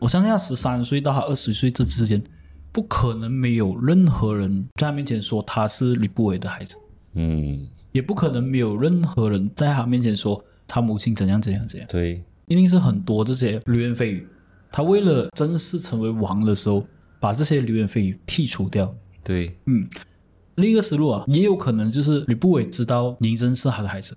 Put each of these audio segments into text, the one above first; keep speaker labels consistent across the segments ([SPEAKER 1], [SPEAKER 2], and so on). [SPEAKER 1] 我相信他啊十三岁到他二十岁这之间，不可能没有任何人在他面前说他是吕不韦的孩子，
[SPEAKER 2] 嗯，
[SPEAKER 1] 也不可能没有任何人在他面前说他母亲怎样怎样怎样。
[SPEAKER 2] 对，
[SPEAKER 1] 一定是很多这些流言蜚语。他为了正式成为王的时候，把这些流言蜚语剔除掉。
[SPEAKER 2] 对，
[SPEAKER 1] 另一个思路啊，也有可能就是吕不韦知道嬴政是他的孩子。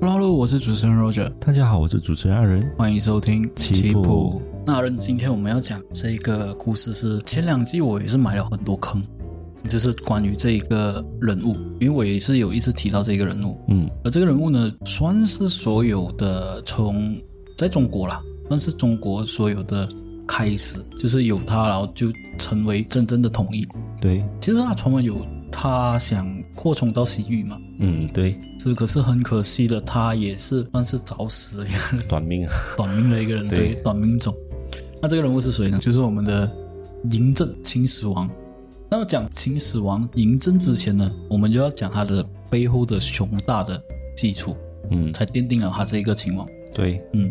[SPEAKER 1] Hello，我是主持人 Roger，
[SPEAKER 2] 大家好，我是主持人二人。
[SPEAKER 1] 欢迎收听
[SPEAKER 2] 起
[SPEAKER 1] 起
[SPEAKER 2] 步
[SPEAKER 1] 步。那人，今天我们要讲这个故事是前两季我也是埋了很多坑，就是关于这个人物，因为我也是有一直提到这个人物。
[SPEAKER 2] 嗯，
[SPEAKER 1] 而这个人物呢，算是所有的从在中国啦，算是中国所有的开始，就是有他，然后就成为真正的统一。
[SPEAKER 2] 对，
[SPEAKER 1] 其实他传闻有他想扩充到西域嘛，
[SPEAKER 2] 嗯，对，
[SPEAKER 1] 是可是很可惜的，他也是算是早死的一个人，
[SPEAKER 2] 短命啊，
[SPEAKER 1] 短命的一个人，
[SPEAKER 2] 对
[SPEAKER 1] 对，短命种。那这个人物是谁呢？就是我们的嬴政秦始皇。那要讲秦始皇嬴政之前呢，我们就要讲他的背后的雄大的基础。
[SPEAKER 2] 嗯，
[SPEAKER 1] 才奠定了他这一个秦王。
[SPEAKER 2] 对，
[SPEAKER 1] 嗯，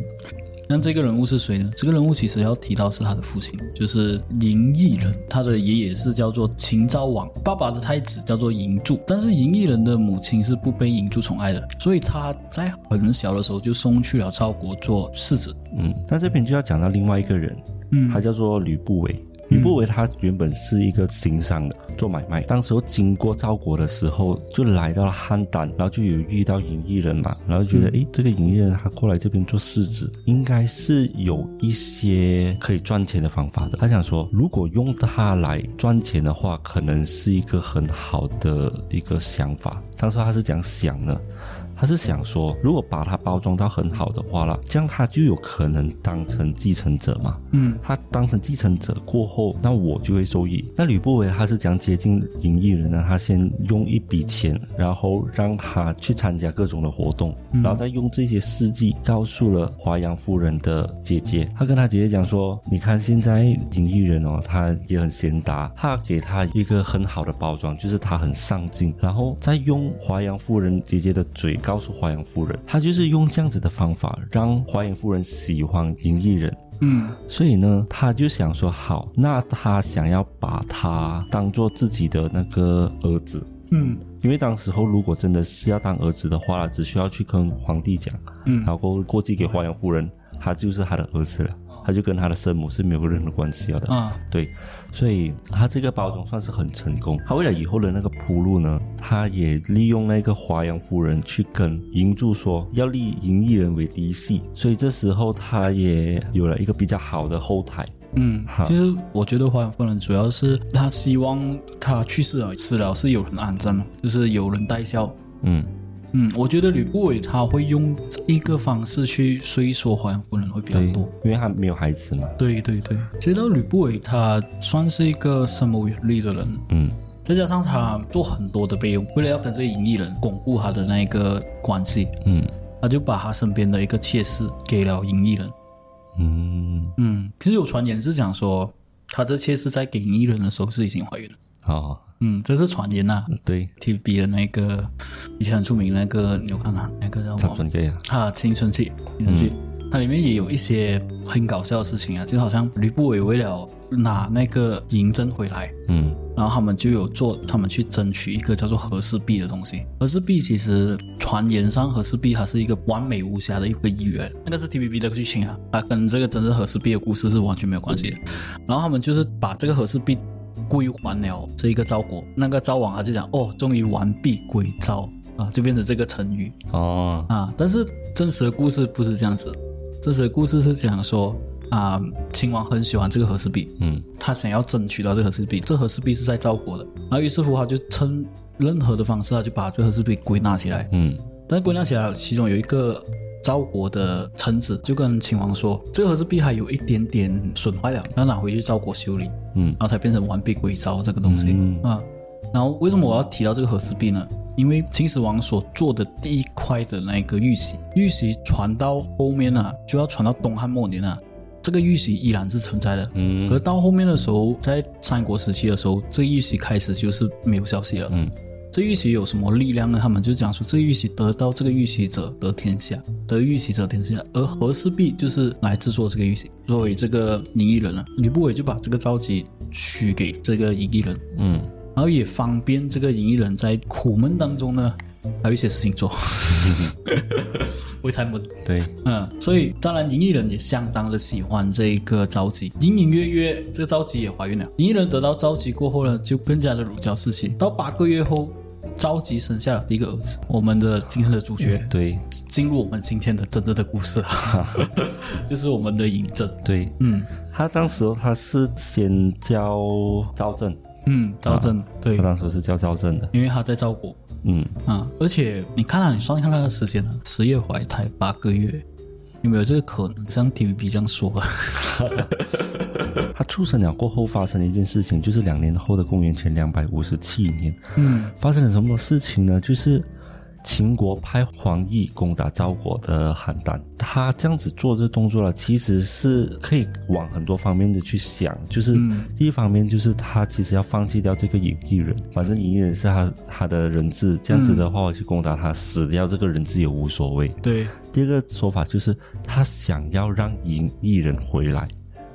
[SPEAKER 1] 那这个人物是谁呢？这个人物其实要提到是他的父亲，就是嬴异人，他的爷爷是叫做秦昭王，爸爸的太子叫做嬴柱。但是嬴异人的母亲是不被嬴柱宠爱的，所以他在很小的时候就送去了赵国做世子。
[SPEAKER 2] 嗯，那这边就要讲到另外一个人，
[SPEAKER 1] 嗯
[SPEAKER 2] 他叫做吕不韦。吕不韦他原本是一个经商的，做买卖。当时候经过赵国的时候，就来到了汉丹，然后就有遇到隐逸人嘛，然后觉得诶，这个隐逸人他过来这边做世子，应该是有一些可以赚钱的方法的。他想说，如果用它来赚钱的话，可能是一个很好的一个想法。当时他是讲想呢，他是想说，如果把它包装到很好的话啦，这样他就有可能当成继承者嘛。
[SPEAKER 1] 嗯，
[SPEAKER 2] 他当成继承者过后，那我就会受益。那吕不韦他是讲接近隐逸人呢，他先用一笔钱，然后让他去参加各种的活动，然后再用这些事迹告诉了华阳夫人的姐姐。他跟他姐姐讲说：“你看现在隐逸人哦，他也很贤达，他给他一个很好的包装，就是他很上进，然后再用华阳夫人姐姐的嘴告诉华阳夫人，他就是用这样子的方法让华阳夫人喜欢隐逸人。”
[SPEAKER 1] 嗯
[SPEAKER 2] 所以呢，他就想说，好，那他想要把他当做自己的那个儿子，
[SPEAKER 1] 嗯
[SPEAKER 2] 因为当时候如果真的是要当儿子的话，只需要去跟皇帝讲，
[SPEAKER 1] 嗯
[SPEAKER 2] 然后过过继给华阳夫人，他就是他的儿子了，他就跟他的生母是没有任何关系了的。
[SPEAKER 1] 啊，
[SPEAKER 2] 对，所以他这个包装算是很成功。他为了以后的那个铺路呢，他也利用那个华阳夫人去跟嬴柱说要立嬴异人为嫡系，所以这时候他也有了一个比较好的后台。
[SPEAKER 1] 嗯
[SPEAKER 2] 好，
[SPEAKER 1] 其实我觉得华阳夫人主要是她希望她去世了，死了是有人安葬嘛，就是有人带孝，
[SPEAKER 2] 嗯，
[SPEAKER 1] 嗯，我觉得吕不韦他会用这一个方式去说说华阳夫人会比较
[SPEAKER 2] 对
[SPEAKER 1] 多。，
[SPEAKER 2] 因为他没有孩子嘛。
[SPEAKER 1] 对对对，其实吕不韦他算是一个深谋远虑的人，
[SPEAKER 2] 嗯，
[SPEAKER 1] 再加上他做很多的备用，为了要跟这个隐逸人巩固他的那一个关系，
[SPEAKER 2] 嗯
[SPEAKER 1] 他就把他身边的一个妾室给了隐逸人。
[SPEAKER 2] 嗯，
[SPEAKER 1] 嗯，其实有传言是讲说，他这妾室在给隐逸人的时候是已经怀孕了。
[SPEAKER 2] 哦，
[SPEAKER 1] 嗯，这是传言呐、
[SPEAKER 2] 对，
[SPEAKER 1] t v 的那个以前很出名的那个，你有看啊？那个叫什
[SPEAKER 2] 长
[SPEAKER 1] 么？
[SPEAKER 2] 春给啊，
[SPEAKER 1] 啊，青春期，青春期，它里面也有一些很搞笑的事情啊，就好像吕不韦为了拿那个嬴政回来，
[SPEAKER 2] 嗯
[SPEAKER 1] 然后他们就有做，他们去争取一个叫做和氏璧的东西。和氏璧其实传言上和氏璧它是一个完美无瑕的一个议员，那个是 TVB 的剧情啊，它跟这个真正和氏璧的故事是完全没有关系的。然后他们就是把这个和氏璧归还了这一个赵国，那个赵王他就讲哦，终于完璧归赵啊，就变成这个成语。
[SPEAKER 2] 哦，
[SPEAKER 1] 啊，但是真实的故事不是这样子，真实的故事是讲说啊，秦王很喜欢这个和氏璧，
[SPEAKER 2] 嗯
[SPEAKER 1] 他想要争取到这个和氏璧，这和氏璧是在赵国的，然后于是乎他就趁任何的方式，他就把这个和氏璧归纳起来，
[SPEAKER 2] 嗯
[SPEAKER 1] 但是归纳起来，其中有一个赵国的臣子就跟秦王说，这个和氏璧还有一点点损坏了，要拿回去赵国修理，
[SPEAKER 2] 嗯
[SPEAKER 1] 然后才变成完璧归赵这个东西、
[SPEAKER 2] 嗯
[SPEAKER 1] 啊。然后为什么我要提到这个和氏璧呢？因为秦始皇所做的第一块的那个玉玺，玉玺传到后面啊，就要传到东汉末年啊，这个玉玺依然是存在的。
[SPEAKER 2] 嗯
[SPEAKER 1] 可是到后面的时候，在三国时期的时候，这玉玺开始就是没有消息了。
[SPEAKER 2] 嗯，
[SPEAKER 1] 这玉玺有什么力量呢？他们就讲说，这玉玺得到这个玉玺者得天下，得玉玺者天下。而和氏璧就是来制作这个玉玺，作为这个银翼人了。吕不韦就把这个召集许给这个银翼人，
[SPEAKER 2] 嗯，
[SPEAKER 1] 然后也方便这个银翼人在苦闷当中呢，还有一些事情做， 为他们。
[SPEAKER 2] 对，
[SPEAKER 1] 嗯，所以当然，银翼人也相当的喜欢这一个召集，隐隐约约这个召集也怀孕了。银翼人得到召集过后呢，就更加的乳胶似漆。到八个月后，召集生下了第一个儿子，我们的今天的主角，
[SPEAKER 2] 对，
[SPEAKER 1] 进入我们今天的真正的故事啊，就是我们的嬴政。
[SPEAKER 2] 对，
[SPEAKER 1] 嗯
[SPEAKER 2] 他当时他是先教赵正，
[SPEAKER 1] 嗯，赵政、对
[SPEAKER 2] 他，当时是教赵正的，
[SPEAKER 1] 因为他在赵国
[SPEAKER 2] 嗯，
[SPEAKER 1] 啊，而且你看啊，你算一看那个时间啊，十月怀胎八个月，有没有这个可能？像 TVB 这样说啊？
[SPEAKER 2] 他出生了过后发生了一件事情，就是两年后的公元前两百五十七年，
[SPEAKER 1] 嗯
[SPEAKER 2] 发生了什么事情呢？就是秦国派黄奕攻打赵国的邯郸，他这样子做这动作了，其实是可以往很多方面的去想，就是第一方面就是他其实要放弃掉这个隐逸人，反正隐逸人是他他的人质，这样子的话我去攻打他，死掉这个人质也无所谓。
[SPEAKER 1] 对，
[SPEAKER 2] 第二个说法就是他想要让隐逸人回来，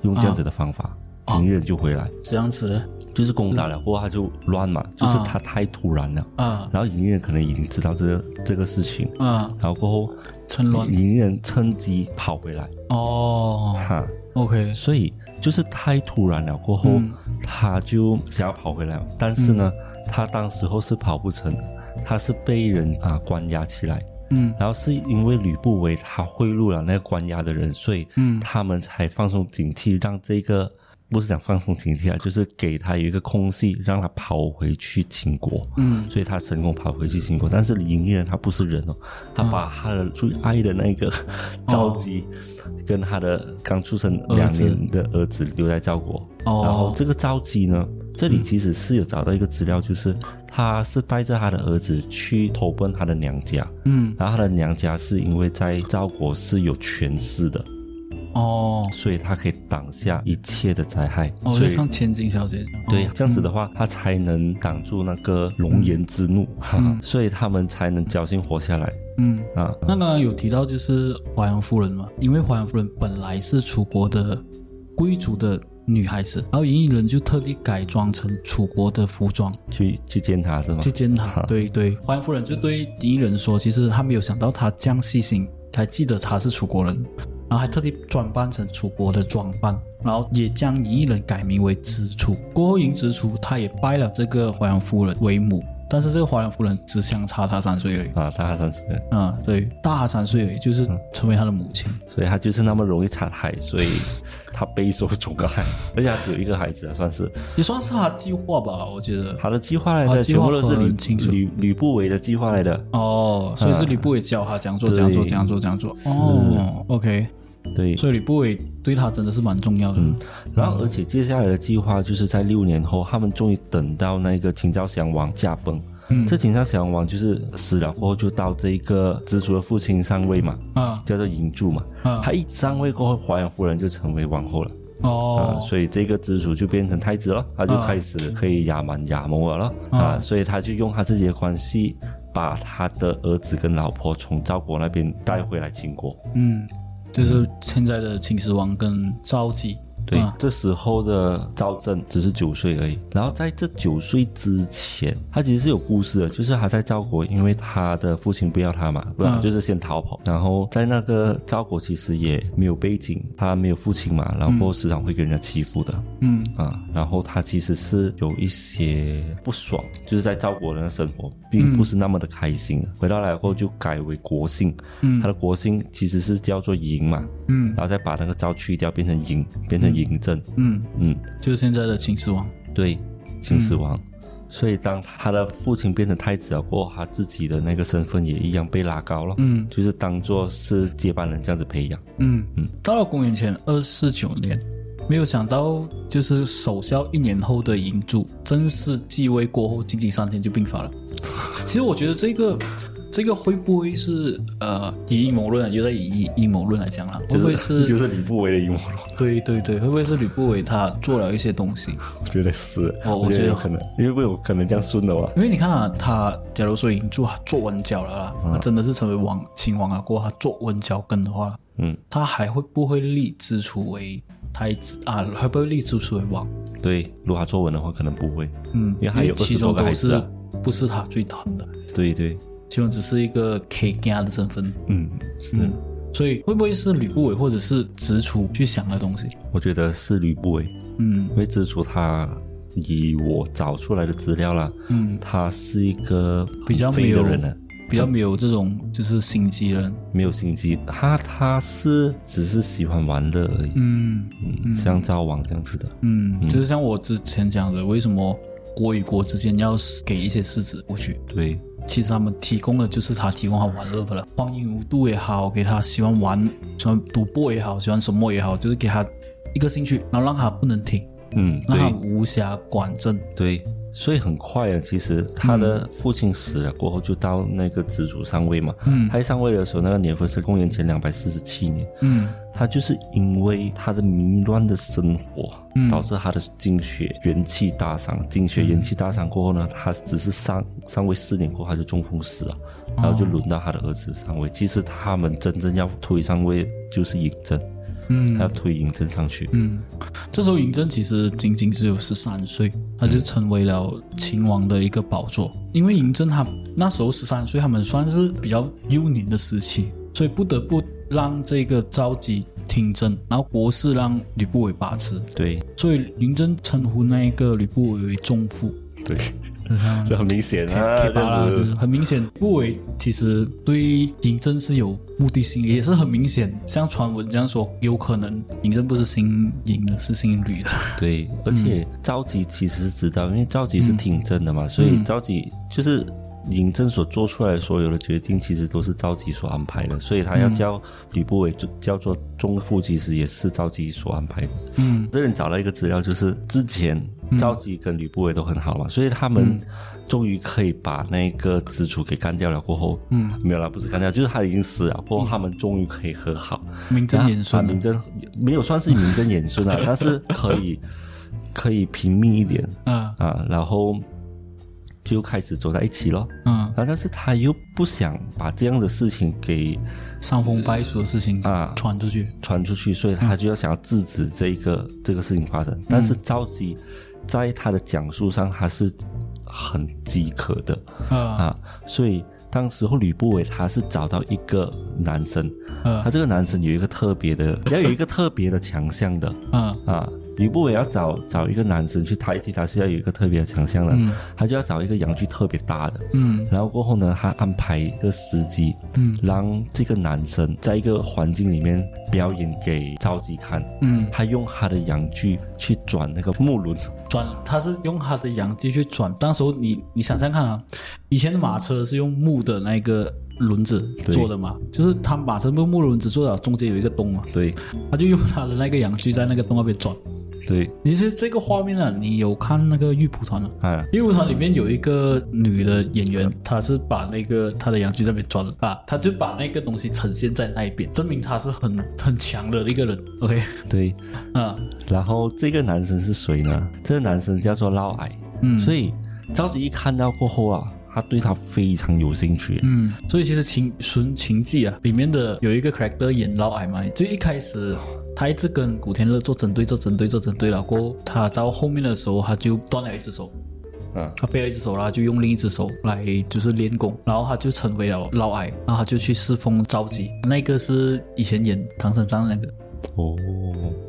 [SPEAKER 2] 用这样子的方法，
[SPEAKER 1] 啊
[SPEAKER 2] 隐逸人就回来，
[SPEAKER 1] 这样子
[SPEAKER 2] 就是攻打了过后他就乱嘛，就是
[SPEAKER 1] 啊
[SPEAKER 2] 他太突然了。
[SPEAKER 1] 啊
[SPEAKER 2] 然后隐逸人可能已经知道这个这个事情，
[SPEAKER 1] 啊，
[SPEAKER 2] 然后过
[SPEAKER 1] 趁乱
[SPEAKER 2] 后隐逸人趁机跑回来，
[SPEAKER 1] 哦
[SPEAKER 2] 哈，
[SPEAKER 1] ，OK，
[SPEAKER 2] 所以就是太突然了，过后、
[SPEAKER 1] 嗯
[SPEAKER 2] 他就想要跑回来，但是呢，他当时候是跑不成的，他是被人啊、关押起来，
[SPEAKER 1] 嗯
[SPEAKER 2] 然后是因为吕不韦他贿赂了那个关押的人，所以
[SPEAKER 1] 嗯
[SPEAKER 2] 他们才放松警惕，让这个。不是讲放松警惕啊，就是给他有一个空隙，让他跑回去秦国。
[SPEAKER 1] 嗯
[SPEAKER 2] 所以他成功跑回去秦国。但是隐逸人他不是人哦，他
[SPEAKER 1] 嗯
[SPEAKER 2] 把他的最爱的那
[SPEAKER 1] 哦
[SPEAKER 2] 个赵姬，跟他的刚出生两年的儿子留在赵国。
[SPEAKER 1] 哦
[SPEAKER 2] 然后这个赵姬呢，这里其实是有找到一个资料，就是他是带着他的儿子去投奔他的娘家。
[SPEAKER 1] 嗯，
[SPEAKER 2] 然后他的娘家是因为在赵国是有权势的，
[SPEAKER 1] 哦
[SPEAKER 2] 所以他可以挡下一切的灾害。
[SPEAKER 1] 哦，
[SPEAKER 2] 所
[SPEAKER 1] 就
[SPEAKER 2] 以
[SPEAKER 1] 像千金小姐这样，
[SPEAKER 2] 对
[SPEAKER 1] 哦，
[SPEAKER 2] 这样子的话，他才能挡住那个龙颜之怒，哈哈， 所以他们才能侥幸活下来
[SPEAKER 1] 嗯。
[SPEAKER 2] 啊。
[SPEAKER 1] 那刚刚有提到就是华阳夫人嘛，因为华阳夫人本来是楚国的贵族的女孩子，然后隐隐人就特地改装成楚国的服装，
[SPEAKER 2] 去去见他是吗？
[SPEAKER 1] 去见他。对对，华阳夫人就对第一人说，其实他没有想到他这样细心，还记得他是楚国人，然后还特地装扮成楚国的装扮，然后也将银翼人改名为子楚。过后，嬴子楚他也拜了这个华阳夫人为母，但是这个华阳夫人只相差他三岁而已。
[SPEAKER 2] 啊，他三十，
[SPEAKER 1] 啊，对，大他三岁而已，就是成为他的母亲。
[SPEAKER 2] 所以他就是那么容易残害，所以他备受宠爱，而且他只有一个孩子啊，算是
[SPEAKER 1] 也算是他计划吧，我觉得。
[SPEAKER 2] 他的计划来
[SPEAKER 1] 啊
[SPEAKER 2] 的，
[SPEAKER 1] 计
[SPEAKER 2] 全
[SPEAKER 1] 划
[SPEAKER 2] 部都是
[SPEAKER 1] 很清楚
[SPEAKER 2] 吕吕吕不韦的计划来的。
[SPEAKER 1] 哦，所以是吕不韦教他怎样做，怎样做，
[SPEAKER 2] 对
[SPEAKER 1] 怎样做，怎样做。哦，OK，
[SPEAKER 2] 对，
[SPEAKER 1] 所以吕不韦对他真的是蛮重要的。
[SPEAKER 2] 然后而且接下来的计划就是在六年后，他们终于等到那个秦昭襄王驾崩。
[SPEAKER 1] 嗯
[SPEAKER 2] 这秦昭襄王就是死了过后，就到这个知足的父亲上位嘛，
[SPEAKER 1] 啊
[SPEAKER 2] 叫做嬴柱嘛。
[SPEAKER 1] 啊
[SPEAKER 2] 他一上位过后，华阳夫人就成为王后了。啊，
[SPEAKER 1] 哦，
[SPEAKER 2] 所以这个知足就变成太子了，他就开始可以压满压谋了了啊，所以他就用他自己的关系，把他的儿子跟老婆从赵国那边带回来秦国。
[SPEAKER 1] 嗯，就是现在的秦始皇跟赵姬。
[SPEAKER 2] 对，
[SPEAKER 1] 啊
[SPEAKER 2] 这时候的赵正只是九岁而已。然后在这九岁之前，他其实是有故事的，就是他在赵国，因为他的父亲不要他嘛，不然就是先逃跑。然后在那个赵国其实也没有背景，他没有父亲嘛，然后时常会给人家欺负的。
[SPEAKER 1] 嗯
[SPEAKER 2] 啊，然后他其实是有一些不爽，就是在赵国人的生活并不是那么的开心。回到来后就改为国姓，嗯，他的国姓其实是叫做嬴嘛，
[SPEAKER 1] 嗯
[SPEAKER 2] 然后再把那个赵去掉，变成嬴，变成嬴政，
[SPEAKER 1] 嗯，
[SPEAKER 2] 嗯，
[SPEAKER 1] 就是现在的秦始皇。嗯
[SPEAKER 2] 对，秦始皇。所以当他的父亲变成太子了过后，他自己的那个身份也一样被拉高了，
[SPEAKER 1] 嗯
[SPEAKER 2] 就是当做是接班人这样子培养。
[SPEAKER 1] 嗯嗯，到了公元前二四九年，没有想到就是守孝一年后的嬴柱正式继位过后，仅仅三天就病 发了。其实我觉得这个。这个会不会是呃，以阴谋论啊，又在以阴阴谋论来讲啦，会不会是
[SPEAKER 2] 就是吕不韦的阴谋论，
[SPEAKER 1] 对对对，会不会是吕不韦他做了一些东西？
[SPEAKER 2] 我觉得是，
[SPEAKER 1] 哦我
[SPEAKER 2] 觉
[SPEAKER 1] 觉
[SPEAKER 2] 得
[SPEAKER 1] 得
[SPEAKER 2] 有可能，因为有可能这样顺的哇。
[SPEAKER 1] 因为你看啊，他假如说嬴柱啊做温脚了啦，
[SPEAKER 2] 嗯
[SPEAKER 1] 他真的是成为王秦王啊，过后他做温脚跟的话，
[SPEAKER 2] 嗯，
[SPEAKER 1] 他还会不会立支出为太子啊？会不会立支出为王？
[SPEAKER 2] 对，如果他作文的话，可能不会，
[SPEAKER 1] 嗯，
[SPEAKER 2] 因为还有二
[SPEAKER 1] 其
[SPEAKER 2] 十多
[SPEAKER 1] 中
[SPEAKER 2] 个
[SPEAKER 1] 都
[SPEAKER 2] 孩子
[SPEAKER 1] 是
[SPEAKER 2] 啊。
[SPEAKER 1] 不是他最疼的，
[SPEAKER 2] 对对，
[SPEAKER 1] 其中只是一个 K 家的身份，
[SPEAKER 2] 嗯，
[SPEAKER 1] 嗯，所以会不会是吕不韦或者是直楚去想的东西？
[SPEAKER 2] 我觉得是吕不韦，
[SPEAKER 1] 嗯
[SPEAKER 2] 因为知足他以我找出来的资料啦，
[SPEAKER 1] 嗯，
[SPEAKER 2] 他是一个很
[SPEAKER 1] 比较没
[SPEAKER 2] 废
[SPEAKER 1] 有
[SPEAKER 2] 的人呢，啊
[SPEAKER 1] 比较没有这种就是心机人，
[SPEAKER 2] 没有心机，他他是只是喜欢玩乐而已，
[SPEAKER 1] 嗯。
[SPEAKER 2] 嗯，像赵王这样子的，
[SPEAKER 1] 嗯，就是像我之前讲的，为什么国与国之间要给一些狮子过去？
[SPEAKER 2] 对，
[SPEAKER 1] 其实他们提供的就是他提供他玩乐的了，荒淫无度也好，给他喜欢玩、喜欢赌博也好，喜欢什么也好，就是给他一个兴趣，然后让他不能停，
[SPEAKER 2] 嗯，
[SPEAKER 1] 让他
[SPEAKER 2] 对
[SPEAKER 1] 无暇管政。
[SPEAKER 2] 对，所以很快啊，其实他的父亲死了过后，就到那个子主上位嘛，嗯，他一上位的时候，那个年份是公元前两百四十七年，
[SPEAKER 1] 嗯
[SPEAKER 2] 他就是因为他的迷乱的生活，
[SPEAKER 1] 嗯
[SPEAKER 2] 导致他的经血元气大伤。经血元气大伤过后呢，他只是上上位四年过后他就中风死了，
[SPEAKER 1] 哦
[SPEAKER 2] 然后就轮到他的儿子上位。其实他们真正要推上位就是嬴政，
[SPEAKER 1] 嗯
[SPEAKER 2] 他要推嬴政上去。
[SPEAKER 1] 嗯，这时候嬴政其实仅仅只有十三岁，他就成为了秦王的一个宝座。因为嬴政他那时候十三岁，他们算是比较幼年的时期，所以不得不让这个召集听政，然后国事让吕不韦把持，
[SPEAKER 2] 对
[SPEAKER 1] 所以嬴政称呼那一个吕不韦为仲父。
[SPEAKER 2] 对，
[SPEAKER 1] 就是这样
[SPEAKER 2] 这很明显啊，
[SPEAKER 1] 贴
[SPEAKER 2] 这
[SPEAKER 1] 吧啦，
[SPEAKER 2] 样
[SPEAKER 1] 就是
[SPEAKER 2] 子。
[SPEAKER 1] 很明显，不韦其实对嬴政是有目的性，也是很明显。像传闻这样说，有可能嬴政不是姓嬴的，是姓吕的。
[SPEAKER 2] 对，
[SPEAKER 1] 嗯
[SPEAKER 2] 而且赵姬其实是知道，因为赵姬是听政的嘛，所
[SPEAKER 1] 嗯
[SPEAKER 2] 以赵姬就是嬴政所做出来的所有的决定，其实都是赵姬所安排的，所以
[SPEAKER 1] 嗯
[SPEAKER 2] 他要叫吕不韦就叫做中父，其实也是赵姬所安排的。
[SPEAKER 1] 嗯
[SPEAKER 2] 这里找到一个资料，就是之前赵姬跟吕不韦都很好嘛，所以他
[SPEAKER 1] 嗯
[SPEAKER 2] 们终于可以把那个子楚给干掉了。过后，嗯，没有啦，不是干掉，就是他已经死了。过后，他们终于可以和好，
[SPEAKER 1] 嗯名正言顺
[SPEAKER 2] 啊
[SPEAKER 1] 了
[SPEAKER 2] 名正没有算是名正言 顺啊，但是可以可以平命一点
[SPEAKER 1] 啊
[SPEAKER 2] 啊，然后就开始走在一起咯。
[SPEAKER 1] 嗯，
[SPEAKER 2] 啊，但是他又不想把这样的事情给
[SPEAKER 1] 伤风败俗的事情
[SPEAKER 2] 啊
[SPEAKER 1] 传出去，
[SPEAKER 2] 传出去，所以他就要想要制止这一个、这个事情发
[SPEAKER 1] 嗯
[SPEAKER 2] 生。但是赵姬在他的讲述上，他是很饥渴的
[SPEAKER 1] 啊
[SPEAKER 2] 啊，所以当时候吕不韦他是找到一个男生，啊
[SPEAKER 1] 嗯
[SPEAKER 2] 他这个男生有一个特别的，要有一个特别的强项的
[SPEAKER 1] 啊
[SPEAKER 2] 啊。吕不韦要找找一个男生去代替他，是要有一个特别的强项的，他就要找一个阳具特别大的，
[SPEAKER 1] 嗯
[SPEAKER 2] 然后过后呢，他安排一个司机，嗯，让这个男生在一个环境里面表演给赵姬看，
[SPEAKER 1] 嗯，
[SPEAKER 2] 他用他的阳具去转那个木轮，
[SPEAKER 1] 转他是用他的阳具去转。当时候你你想想看啊，以前的马车是用木的那个轮子
[SPEAKER 2] 对
[SPEAKER 1] 做的嘛，就是他马车用木轮子做的，中间有一个洞嘛，
[SPEAKER 2] 对
[SPEAKER 1] 他就用他的那个阳具在那个洞那边转。
[SPEAKER 2] 对
[SPEAKER 1] 其实这个画面啊，你有看那个玉蒲团吗？
[SPEAKER 2] 啊，
[SPEAKER 1] 玉蒲团里面有一个女的演员，她是把那个她的阳具这边转了啊，她就把那个东西呈现在那一边，证明她是很很强的一个人。OK，
[SPEAKER 2] 对。
[SPEAKER 1] 啊，
[SPEAKER 2] 然后这个男生是谁呢？这个男生叫做嫪毐，
[SPEAKER 1] 嗯
[SPEAKER 2] 所以赵姬一看到过后啊，他对他非常有兴趣，
[SPEAKER 1] 嗯，所以其实情《寻秦记》啊，里面的有一个 character 演嫪毐嘛，就一开始他一直跟古天乐做针对、做针对、做针对了，过后他到后面的时候他就断了一只手，
[SPEAKER 2] 嗯
[SPEAKER 1] 他废了一只手啦，就用另一只手来就是练功，然后他就成为了嫪毐，然后他就去侍奉赵姬，那个是以前演《唐三藏》那个，
[SPEAKER 2] 哦，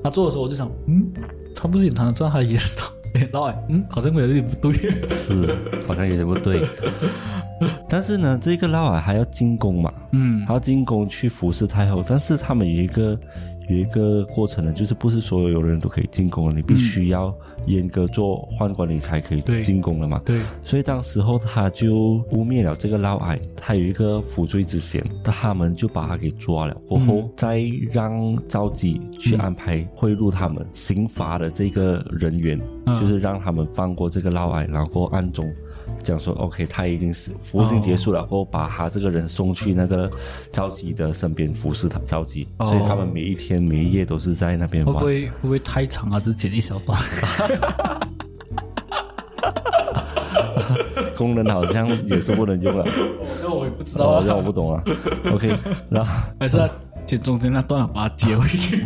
[SPEAKER 1] 他做的时候我就想，嗯，他不是演《唐三藏》，他演演嫪毐，嗯，好像有点不对，
[SPEAKER 2] 是，好像有点不 对。但是呢，这个嫪毐还要进宫嘛，
[SPEAKER 1] 嗯
[SPEAKER 2] 还要进宫去服侍太后，但是他们有一个有一个过程的，就是不是所有人都可以进宫的，你必须要严格做宦官，你才可
[SPEAKER 1] 对
[SPEAKER 2] 以进宫了嘛。
[SPEAKER 1] 对，
[SPEAKER 2] 所以当时候他就污蔑了这个嫪毐，他有一个服罪之嫌，他们就把他给抓了，过后、再让赵姬去安排贿赂他们、刑罚的这个人员，
[SPEAKER 1] 啊
[SPEAKER 2] 就是让他们放过这个嫪毐，然后暗中。讲说，OK，他已经是服刑结束了，过后把他这个人送去那个赵姬的身边服侍他赵姬，
[SPEAKER 1] 哦
[SPEAKER 2] 所以他们每一天每一夜都是在那边
[SPEAKER 1] 会
[SPEAKER 2] 玩。
[SPEAKER 1] 不会会不会太长啊？只剪一小 段，
[SPEAKER 2] 功能好像也是不能用了，
[SPEAKER 1] 那我也不知
[SPEAKER 2] 哦，让我不懂啊。OK，然后
[SPEAKER 1] 还是要剪中间那段了，把它 接回去。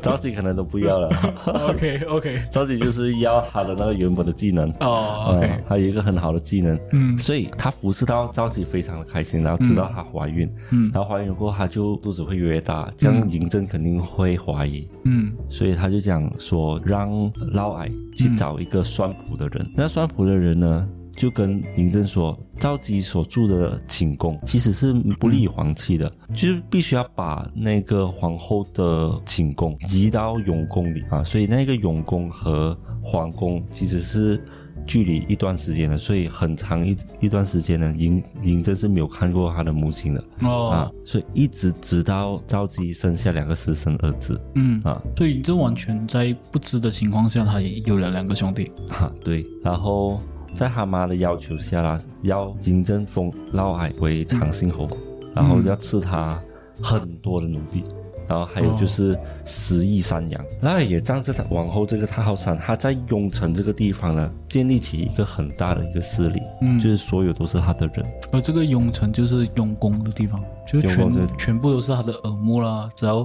[SPEAKER 2] 赵姬可能都不 要了，
[SPEAKER 1] OK OK，
[SPEAKER 2] 赵姬就是要他的那个原本的技能。
[SPEAKER 1] 哦
[SPEAKER 2] 嗯
[SPEAKER 1] OK，
[SPEAKER 2] 他有一个很好的技能，
[SPEAKER 1] 嗯
[SPEAKER 2] 所以他服侍到赵姬非常的开心，然后直到她怀孕，
[SPEAKER 1] 嗯
[SPEAKER 2] 然后怀孕过后她就肚子会越来越大，这样嬴政肯定会怀疑，
[SPEAKER 1] 嗯
[SPEAKER 2] 所以他就讲说让嫪毐去找一个算卜的人，那算卜的人呢？就跟嬴政说，赵姬所住的寝宫其实是不利于皇气的，就是必须要把那个皇后的寝宫移到永宫里啊，所以那个永宫和皇宫其实是距离一段时间的，所以很长一一段时间呢，嬴嬴政是没有看过他的母亲的、啊
[SPEAKER 1] 哦，
[SPEAKER 2] 所以一直直到赵姬生下两个私生儿子
[SPEAKER 1] 嗯，
[SPEAKER 2] 啊，
[SPEAKER 1] 所以这完全在不知的情况下，他也有了两个兄弟。
[SPEAKER 2] 哈，啊对，然后在他妈的要求下啦，要嬴政封嫪毐为长信侯，然后要赐他很多的奴婢。然后还有就是十亿山羊，那也仗着他王后这个太后山，他在雍城这个地方呢，建立起一个很大的一个势力，
[SPEAKER 1] 嗯
[SPEAKER 2] 就是所有都是他的人，
[SPEAKER 1] 而这个雍城就是雍宫的地方，就是
[SPEAKER 2] 雍宫
[SPEAKER 1] 全
[SPEAKER 2] 对
[SPEAKER 1] 全部都是他的耳目啦。只要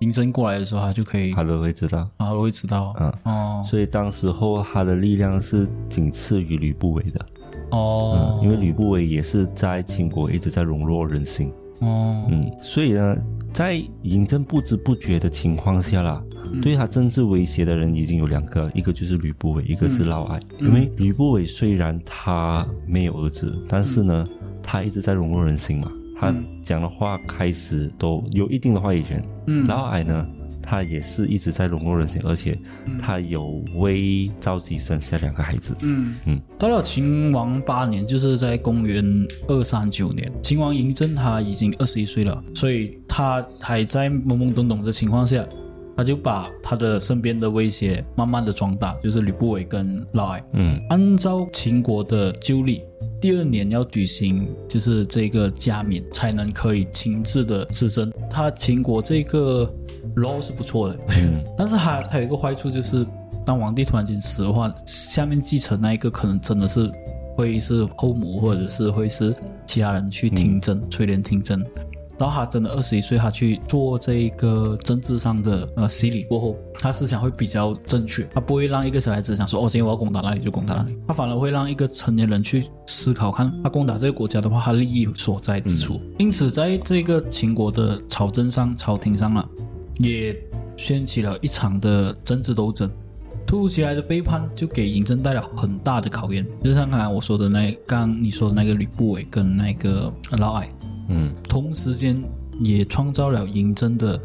[SPEAKER 1] 嬴政过来的时候，他就可以，啊
[SPEAKER 2] 他都会知道。
[SPEAKER 1] 他都会知道。
[SPEAKER 2] 嗯
[SPEAKER 1] 哦
[SPEAKER 2] 所以当时候他的力量是仅次于吕不韦的，
[SPEAKER 1] 哦，
[SPEAKER 2] 嗯因为吕不韦也是在秦国一直在笼络人心。
[SPEAKER 1] 哦
[SPEAKER 2] 嗯，所以呢，在嬴政不知不觉的情况下啦，对他政治威胁的人已经有两个，一个就是吕不韦，一个是嫪毐。因为吕不韦虽然他没有儿子，但是呢，他一直在笼络人心嘛，他讲的话开始都有一定的话语权。
[SPEAKER 1] 嗯
[SPEAKER 2] 嫪毐呢，他也是一直在笼络人心，而且他有为赵姬生下两个孩子。
[SPEAKER 1] 嗯
[SPEAKER 2] 嗯，
[SPEAKER 1] 到了秦王八年，就是在公元二三九年，秦王嬴政他已经二十一岁了，所以他还在懵懵懂懂的情况下，他就把他的身边的威胁慢慢的壮大，就是吕不韦跟嫪毐。
[SPEAKER 2] 嗯
[SPEAKER 1] 按照秦国的旧历，第二年要举行就是这个加冕，才能可以亲自的执政。他秦国这个 law 是不错的，
[SPEAKER 2] 嗯
[SPEAKER 1] 但是它它有一个坏处就是，当皇帝突然间死的话，下面继承那一个可能真的是会是后母，或者是会是其他人去听政，垂帘听政。然后他真的二十一岁，他去做这个政治上的呃洗礼过后，他思想会比较正确，他不会让一个小孩子想说哦，今天我要攻打那里就攻打那里，他反而会让一个成年人去思考，看他攻打这个国家的话，他利益所在之处。因此，在这个秦国的朝政上、朝廷上啊，也掀起了一场的政治斗争。突如其来的背叛就给嬴政带来很大的考验，就像刚才我说的那，刚你说的那个吕不韦跟那个嫪毐，
[SPEAKER 2] 嗯
[SPEAKER 1] 同时间也创造了嬴政的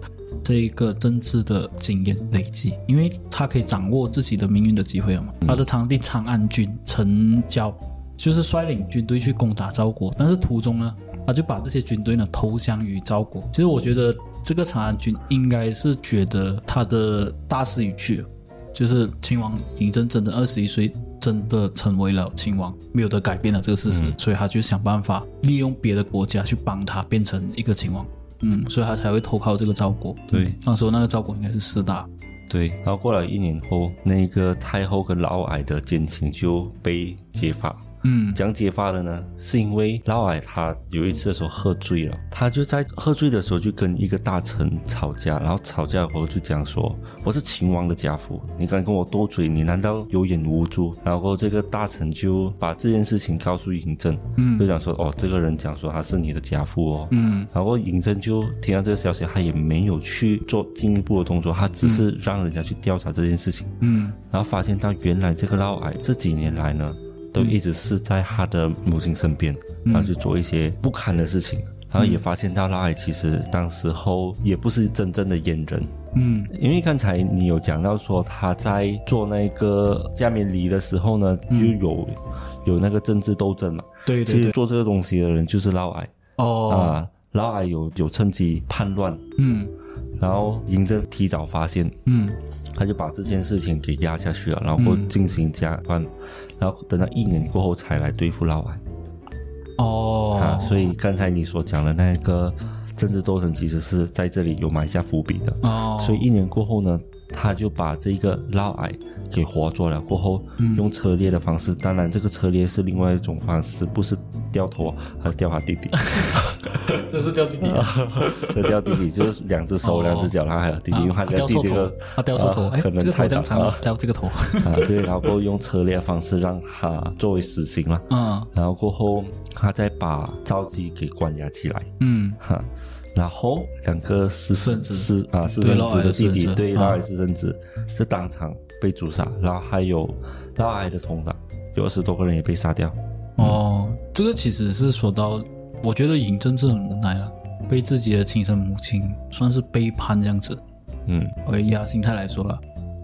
[SPEAKER 1] 这一个政治的经验累积，因为他可以掌握自己的命运的机会了嘛。他的堂弟长安君陈交就是率领军队去攻打赵国，但是途中呢，他就把这些军队呢投降于赵国。其实我觉得这个长安君应该是觉得他的大势已去了，就是秦王嬴政真的二十一岁，真的成为了秦王，没有得改变了这个事实，
[SPEAKER 2] 嗯
[SPEAKER 1] 所以他就想办法利用别的国家去帮他变成一个秦王，嗯，所以他才会投靠这个赵国。
[SPEAKER 2] 对
[SPEAKER 1] 那时候那个赵国应该是四大，
[SPEAKER 2] 对，然后过了一年后，那个太后跟嫪毐的奸情就被揭发。
[SPEAKER 1] 嗯
[SPEAKER 2] 讲揭发的呢，是因为嫪毐他有一次的时候喝醉了，他就在喝醉的时候就跟一个大臣吵架，然后吵架后就讲说我是秦王的家父，你敢跟我斗嘴，你难道有眼无珠？然后这个大臣就把这件事情告诉嬴政，嗯，就讲说哦，这个人讲说他是你的家父哦，嗯，然后嬴政就听到这个消息，他也没有去做进一步的动作，他只是让人家去调查这件事情，
[SPEAKER 1] 嗯
[SPEAKER 2] 然后发现到原来这个嫪毐这几年来
[SPEAKER 1] 嗯
[SPEAKER 2] 呢，都一直是在他的母亲身边，然后去做一些不堪的事情。然后也发现到那里其实当时候也不是真正的阉人，
[SPEAKER 1] 嗯
[SPEAKER 2] 因为刚才你有讲到说他在做那个加冕礼的时候呢，就有有那个政治斗争嘛。
[SPEAKER 1] 嗯对对
[SPEAKER 2] 其实
[SPEAKER 1] 对，
[SPEAKER 2] 做这个东西的人就是嫪毐
[SPEAKER 1] 哦，
[SPEAKER 2] 啊，嫪毐有有趁机叛乱，
[SPEAKER 1] 嗯
[SPEAKER 2] 然后嬴政提早发现，
[SPEAKER 1] 嗯
[SPEAKER 2] 他就把这件事情给压下去了，然后进行加官，然后等到一年过后才来对付嫪毐、啊。
[SPEAKER 1] 哦，
[SPEAKER 2] 所以刚才你所讲的那个政治斗争，其实是在这里有埋下伏笔的。
[SPEAKER 1] 哦，
[SPEAKER 2] 所以一年过后呢，他就把这个嫪毐给活捉了。过后
[SPEAKER 1] 嗯
[SPEAKER 2] 用车裂的方式，当然这个车裂是另外一种方式，不是掉头，而是掉他弟弟，
[SPEAKER 1] 这
[SPEAKER 2] 啊
[SPEAKER 1] 是掉弟弟，
[SPEAKER 2] 掉弟弟就是两只手、
[SPEAKER 1] 哦
[SPEAKER 2] 两只脚，然后还有弟弟，因为他
[SPEAKER 1] 啊
[SPEAKER 2] 掉
[SPEAKER 1] 掉
[SPEAKER 2] 弟
[SPEAKER 1] 错
[SPEAKER 2] 弟
[SPEAKER 1] 头
[SPEAKER 2] 的，
[SPEAKER 1] 啊掉错头，
[SPEAKER 2] 呃
[SPEAKER 1] 哎，
[SPEAKER 2] 可
[SPEAKER 1] 这
[SPEAKER 2] 能
[SPEAKER 1] 个头
[SPEAKER 2] 太
[SPEAKER 1] 这样
[SPEAKER 2] 大
[SPEAKER 1] 长
[SPEAKER 2] 了
[SPEAKER 1] 了，掉这个头，
[SPEAKER 2] 啊，对，然后过后用车裂的方式让他作为死刑了。
[SPEAKER 1] 嗯
[SPEAKER 2] 然后过后，他再把赵姬给关押起来，
[SPEAKER 1] 嗯
[SPEAKER 2] 哈。然后两个私
[SPEAKER 1] 圣旨
[SPEAKER 2] 私啊私
[SPEAKER 1] 对
[SPEAKER 2] 生
[SPEAKER 1] 嫪毐
[SPEAKER 2] 子的
[SPEAKER 1] 的
[SPEAKER 2] 弟弟
[SPEAKER 1] 圣旨
[SPEAKER 2] 对
[SPEAKER 1] 啊
[SPEAKER 2] 嫪毐私生子是当场被诛杀，然后还有嫪毐的同党有二十多个人也被杀掉。
[SPEAKER 1] 哦，这个其实是说到，我觉得嬴政是很无奈了，被自己的亲生母亲算是背叛这样子，
[SPEAKER 2] 嗯，
[SPEAKER 1] 而以他心态来说了，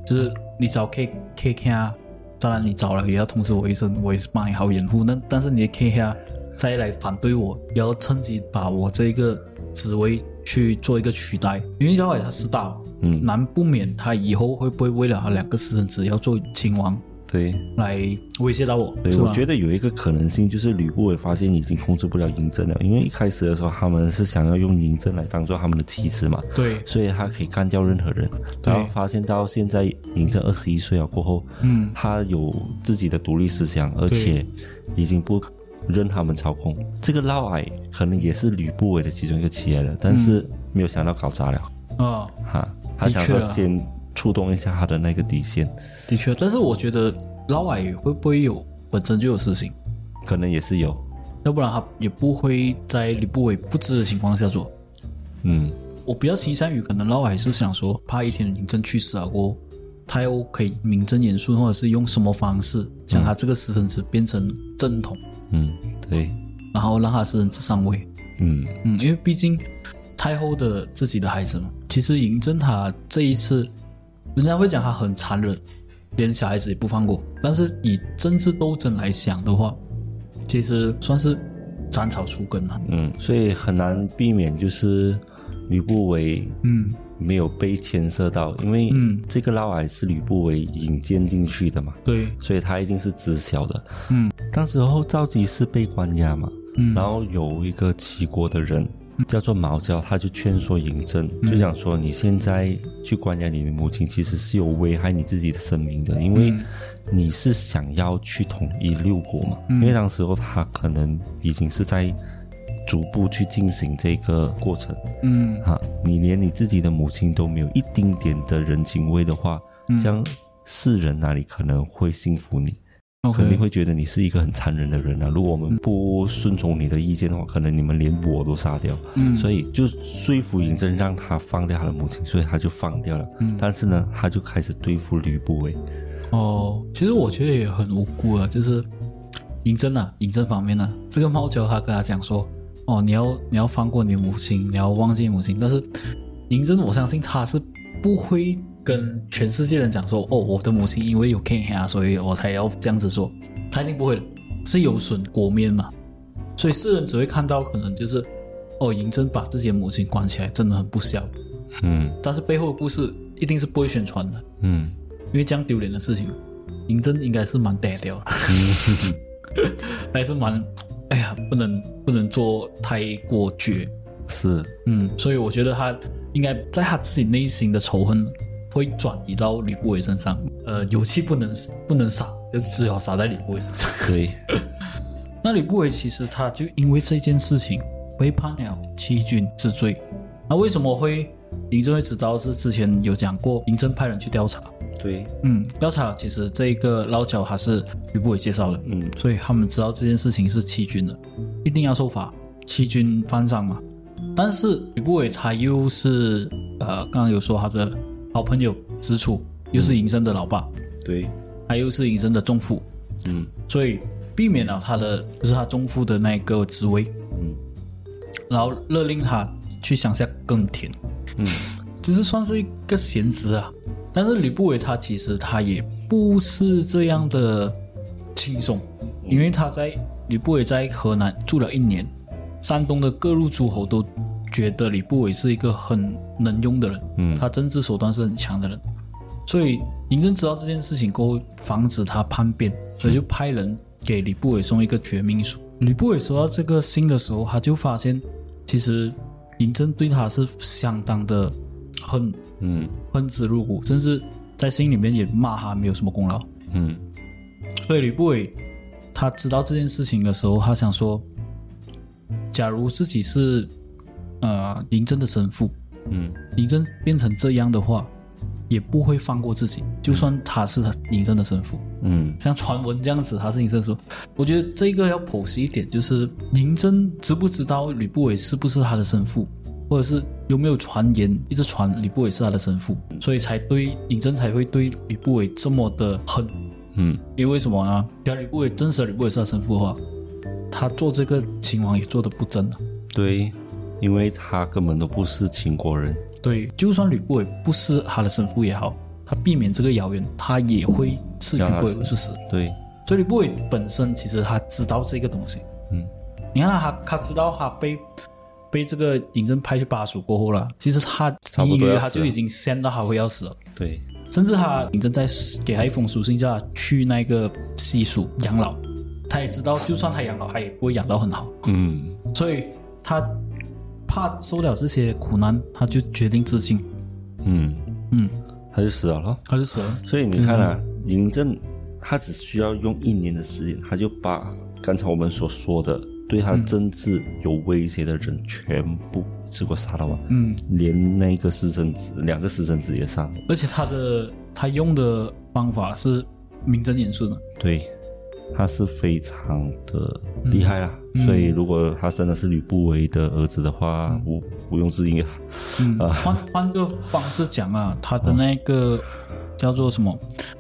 [SPEAKER 1] 就是你找 K K K 啊，当然你找了也要通知我一声，我也是帮你好掩护。那但是你的 K K 啊再来反对我，也要趁机把我这一个职位去做一个取代，因为小也他是大嘛，
[SPEAKER 2] 嗯
[SPEAKER 1] 难不免他以后会不会为了他两个私生子要做亲王
[SPEAKER 2] 对，
[SPEAKER 1] 来威胁到我？
[SPEAKER 2] 对，
[SPEAKER 1] 是
[SPEAKER 2] 我
[SPEAKER 1] 吧？
[SPEAKER 2] 觉得有一个可能性就是吕不韦发现已经控制不了嬴政了，因为一开始的时候他们是想要用嬴政来当做他们的棋子嘛，
[SPEAKER 1] 对，
[SPEAKER 2] 所以他可以干掉任何人。
[SPEAKER 1] 对
[SPEAKER 2] 然后发现到现在嬴政二十一岁了过后，
[SPEAKER 1] 嗯，
[SPEAKER 2] 他有自己的独立思想，而且已经不任他们操控。这个嫪毐可能也是吕不韦的其中一个企业的，但是没有想到搞砸了
[SPEAKER 1] 啊、
[SPEAKER 2] 哈，他
[SPEAKER 1] 的确
[SPEAKER 2] 想说
[SPEAKER 1] 啊
[SPEAKER 2] 先触动一下他的那个底线，
[SPEAKER 1] 的确，但是我觉得老外会不会有本身就有私心？
[SPEAKER 2] 可能也是有，
[SPEAKER 1] 要不然他也不会在吕不韦不知的情况下做。
[SPEAKER 2] 嗯，
[SPEAKER 1] 我比较倾向于可能老海是想说，怕一天嬴政去世啊，过后他又可以名正言顺，或者是用什么方式将他这个私生子变成正统，
[SPEAKER 2] 嗯，对，
[SPEAKER 1] 然后让他私生子上位。
[SPEAKER 2] 嗯，
[SPEAKER 1] 嗯，因为毕竟太后的自己的孩子嘛。其实嬴政他这一次，人家会讲他很残忍，连小孩子也不放过。但是以政治斗争来想的话，其实算是斩草除根啊了。
[SPEAKER 2] 嗯，所以很难避免就是吕不韦，
[SPEAKER 1] 嗯，
[SPEAKER 2] 没有被牵涉到，因为这个嫪毐是吕不韦引荐进去的嘛，
[SPEAKER 1] 对，
[SPEAKER 2] 所以他一定是知晓的。
[SPEAKER 1] 嗯，
[SPEAKER 2] 当时候赵姬是被关押嘛，嗯，然后有一个齐国的人叫做毛娇，他就劝说嬴政，就讲说你现在去关押你的母亲，其实是有危害你自己的生命的，因为你是想要去统一六国嘛，因为当时候他可能已经是在。逐步去进行这个过程，
[SPEAKER 1] 嗯，
[SPEAKER 2] 哈，你连你自己的母亲都没有一丁点的人情味的话，这样世人哪里可能会信服你？肯定
[SPEAKER 1] OK，
[SPEAKER 2] 会觉得你是一个很残忍的人啊！如果我们不顺从你的意见的话，可能你们连我都杀掉。嗯，所以就说服嬴政让他放掉他的母亲，所以他就放掉了。嗯，但是呢，他就开始对付吕不韦。
[SPEAKER 1] 哦，其实我觉得也很无辜啊，就是嬴政啊，嬴政方面呢、这个猫脚他跟他讲说，哦，你要你要放过你母亲，你要忘记母亲，但是嬴政我相信他是不会跟全世界人讲说，哦，我的母亲因为有 K 啊，所以我才要这样子做，他一定不会的，是有损国面嘛，所以世人只会看到可能就是，哦，嬴政把自己的母亲关起来真的很不孝，
[SPEAKER 2] 嗯
[SPEAKER 1] 但是背后的故事一定是不会宣传的。
[SPEAKER 2] 嗯，
[SPEAKER 1] 因为这样丢脸的事情，嬴政应该是蛮呆 掉的，啊还是蛮，哎呀，不能不能做太过绝，
[SPEAKER 2] 是
[SPEAKER 1] 嗯，所以我觉得他应该在他自己内心的仇恨会转移到吕不韦身上，呃，有气不能不能撒，就只好撒在吕不韦身上。
[SPEAKER 2] 对，
[SPEAKER 1] 那吕不韦其实他就因为这件事情被判了欺君之罪。那为什么会嬴政会知道？是之前有讲过，嬴政派人去调查，
[SPEAKER 2] 对，
[SPEAKER 1] 嗯，调查其实这一个捞脚还是吕不韦介绍的，
[SPEAKER 2] 嗯
[SPEAKER 1] 所以他们知道这件事情是欺君的，一定要受罚，欺君犯上嘛。但是吕不韦他又是呃，刚刚有说他的好朋友子楚，又是嬴政的老爸，
[SPEAKER 2] 对，
[SPEAKER 1] 他又是嬴政的仲父，
[SPEAKER 2] 嗯
[SPEAKER 1] 所以避免了他的就是他仲父的那个职位，
[SPEAKER 2] 嗯，
[SPEAKER 1] 然后勒令他去乡下耕田， 嗯，就是算是一个贤侄啊。但是吕不韦他其实他也不是这样的轻松，因为他在吕不韦在河南住了一年，山东的各路诸侯都觉得吕不韦是一个很能用的人，嗯，他政治手段是很强的人，所以嬴政知道这件事情过后，防止他叛变，所以就派人给吕不韦送一个绝命书。吕不韦收到这个信的时候，他就发现，其实嬴政对他是相当的恨，
[SPEAKER 2] 嗯
[SPEAKER 1] 恨之入骨，甚至在信里面也骂他没有什么功劳。
[SPEAKER 2] 嗯
[SPEAKER 1] 所以吕不韦他知道这件事情的时候，他想说，假如自己是呃嬴政的神父，
[SPEAKER 2] 嗯
[SPEAKER 1] 嬴政变成这样的话，也不会放过自己，就算他是他嬴政的神父。
[SPEAKER 2] 嗯
[SPEAKER 1] 像传闻这样子，他是你这说，我觉得这个要剖析一点，就是嬴政知不知道吕不韦是不是他的生父，或者是有没有传言一直传吕不韦是他的生父，所以才对嬴政才会对吕不韦这么的恨。
[SPEAKER 2] 嗯
[SPEAKER 1] 因为什么呢？假如吕不韦真实吕不韦是他生父的话，他做这个秦王也做的不真啊。
[SPEAKER 2] 对，因为他根本都不是秦国人，
[SPEAKER 1] 对，就算吕不韦不是他的生父也好，他避免这个谣言，他也会置吕不韦为死。
[SPEAKER 2] 对，
[SPEAKER 1] 所以吕不韦本身其实他知道这个东西，
[SPEAKER 2] 嗯，
[SPEAKER 1] 你看他他他知道他被被这个嬴政派去巴蜀过后了，其实他
[SPEAKER 2] 差不
[SPEAKER 1] 隐
[SPEAKER 2] 多要
[SPEAKER 1] 约
[SPEAKER 2] 死
[SPEAKER 1] 他
[SPEAKER 2] 了
[SPEAKER 1] 就已经先到他会要死了，
[SPEAKER 2] 对，
[SPEAKER 1] 甚至他嬴政在给他一封书信，叫他去那个西蜀养老，他也知道就算他养老，他也不会养到很好，
[SPEAKER 2] 嗯
[SPEAKER 1] 所以他怕受了这些苦难，他就决定自尽，
[SPEAKER 2] 嗯嗯，他就死了咯。
[SPEAKER 1] 他就死了。
[SPEAKER 2] 所以你看啊，嬴政他只需要用一年的时间，他就把刚才我们所说的对他政治有威胁的人全部一次过杀了完，嗯，连那个私生子，两个私生子也杀了，
[SPEAKER 1] 而且他的他用的方法是名正言顺的，
[SPEAKER 2] 对，他是非常的厉害啦。所以如果他真的是吕不韦的儿子的话，毋毋庸置疑啊，
[SPEAKER 1] 嗯，换换个方式讲啊，他的那个叫做什么？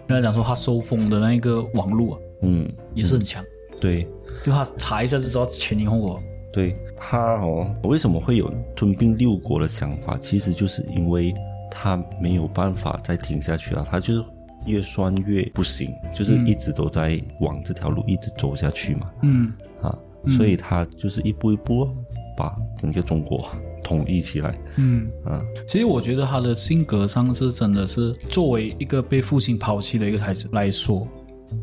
[SPEAKER 1] 人家讲说他收风的那个网络啊，
[SPEAKER 2] 嗯，
[SPEAKER 1] 也是很强，
[SPEAKER 2] 对。
[SPEAKER 1] 就他查一下就知道前因后果。
[SPEAKER 2] 对他哦，为什么会有吞并六国的想法？其实就是因为他没有办法再停下去啊了，他就是越算越不行，就是一直都在往这条路一直走下去嘛。
[SPEAKER 1] 嗯，
[SPEAKER 2] 啊，所以他就是一步一步咯把整个中国统一起来。
[SPEAKER 1] 嗯
[SPEAKER 2] 啊，
[SPEAKER 1] 其实我觉得他的性格上是真的是作为一个被父亲抛弃的一个孩子来说，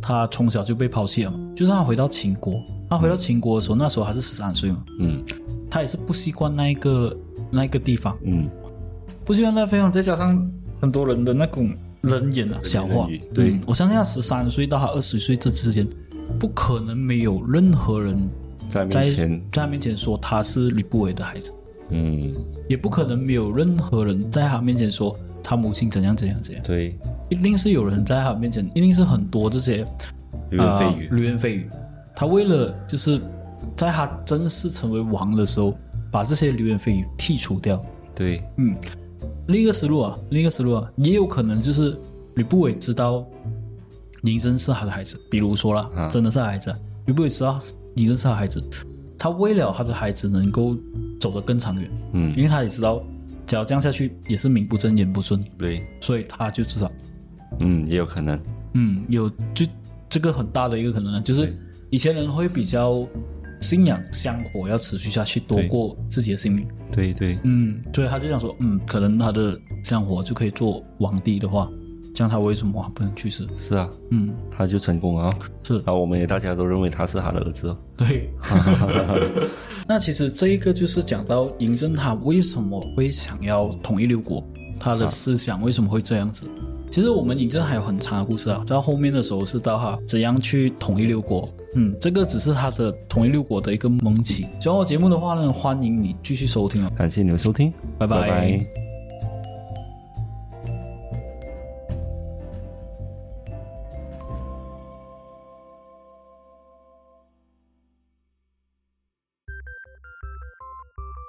[SPEAKER 1] 他从小就被抛弃了嘛。就是他回到秦国，他回到秦国的时候，那时候还是十三岁嘛，
[SPEAKER 2] 嗯
[SPEAKER 1] 他也是不习惯那一个那一个地方，
[SPEAKER 2] 嗯，
[SPEAKER 1] 不习惯那个地方，再加上很多人的那种冷眼啊、小话
[SPEAKER 2] 冷语，对
[SPEAKER 1] 嗯我相信他十三岁到他二十岁这之间，不可能没有任何人
[SPEAKER 2] 在
[SPEAKER 1] 在
[SPEAKER 2] 面前，
[SPEAKER 1] 在他面前说他是吕不韦的孩子，
[SPEAKER 2] 嗯，
[SPEAKER 1] 也不可能没有任何人在他面前说他母亲怎样怎样怎样，
[SPEAKER 2] 对，
[SPEAKER 1] 一定是有人在他面前，一定是很多这些
[SPEAKER 2] 流言蜚
[SPEAKER 1] 啊
[SPEAKER 2] 语，
[SPEAKER 1] 流言蜚语。他为了就是在他正式成为王的时候，把这些流言蜚语剔除掉。
[SPEAKER 2] 对，
[SPEAKER 1] 嗯，另一个思路啊，另一个思路啊，也有可能就是吕不韦知道嬴政是他的孩子，比如说啦，真的是他的孩子啊，吕不韦知道嬴政是他的孩子，他为了他的孩子能够走得更长远，
[SPEAKER 2] 嗯
[SPEAKER 1] 因为他也知道，只要这样下去也是名不正言不顺，
[SPEAKER 2] 对，
[SPEAKER 1] 所以他就知道，
[SPEAKER 2] 嗯，也有可能，
[SPEAKER 1] 嗯，有就这个很大的一个可能呢，就是以前人会比较信仰香火要持续下去，多
[SPEAKER 2] 对
[SPEAKER 1] 过自己的性命。
[SPEAKER 2] 对对，
[SPEAKER 1] 嗯，所以他就想说，嗯，可能他的香火就可以做皇帝的话，这样他为什么还不能去世？
[SPEAKER 2] 是啊，
[SPEAKER 1] 嗯，
[SPEAKER 2] 他就成功了哦。
[SPEAKER 1] 是
[SPEAKER 2] 然后我们也大家都认为他是他的儿子哦。
[SPEAKER 1] 对。那其实这一个就是讲到嬴政他为什么会想要统一六国，他的思想为什么会这样子？其实我们嬴政还有很长的故事啊，到后面的时候是到他怎样去统一六国，嗯，这个只是他的统一六国的一个萌起。喜欢我节目的话呢，欢迎你继续收听哦，
[SPEAKER 2] 感谢你们收听，
[SPEAKER 1] 拜
[SPEAKER 2] 拜拜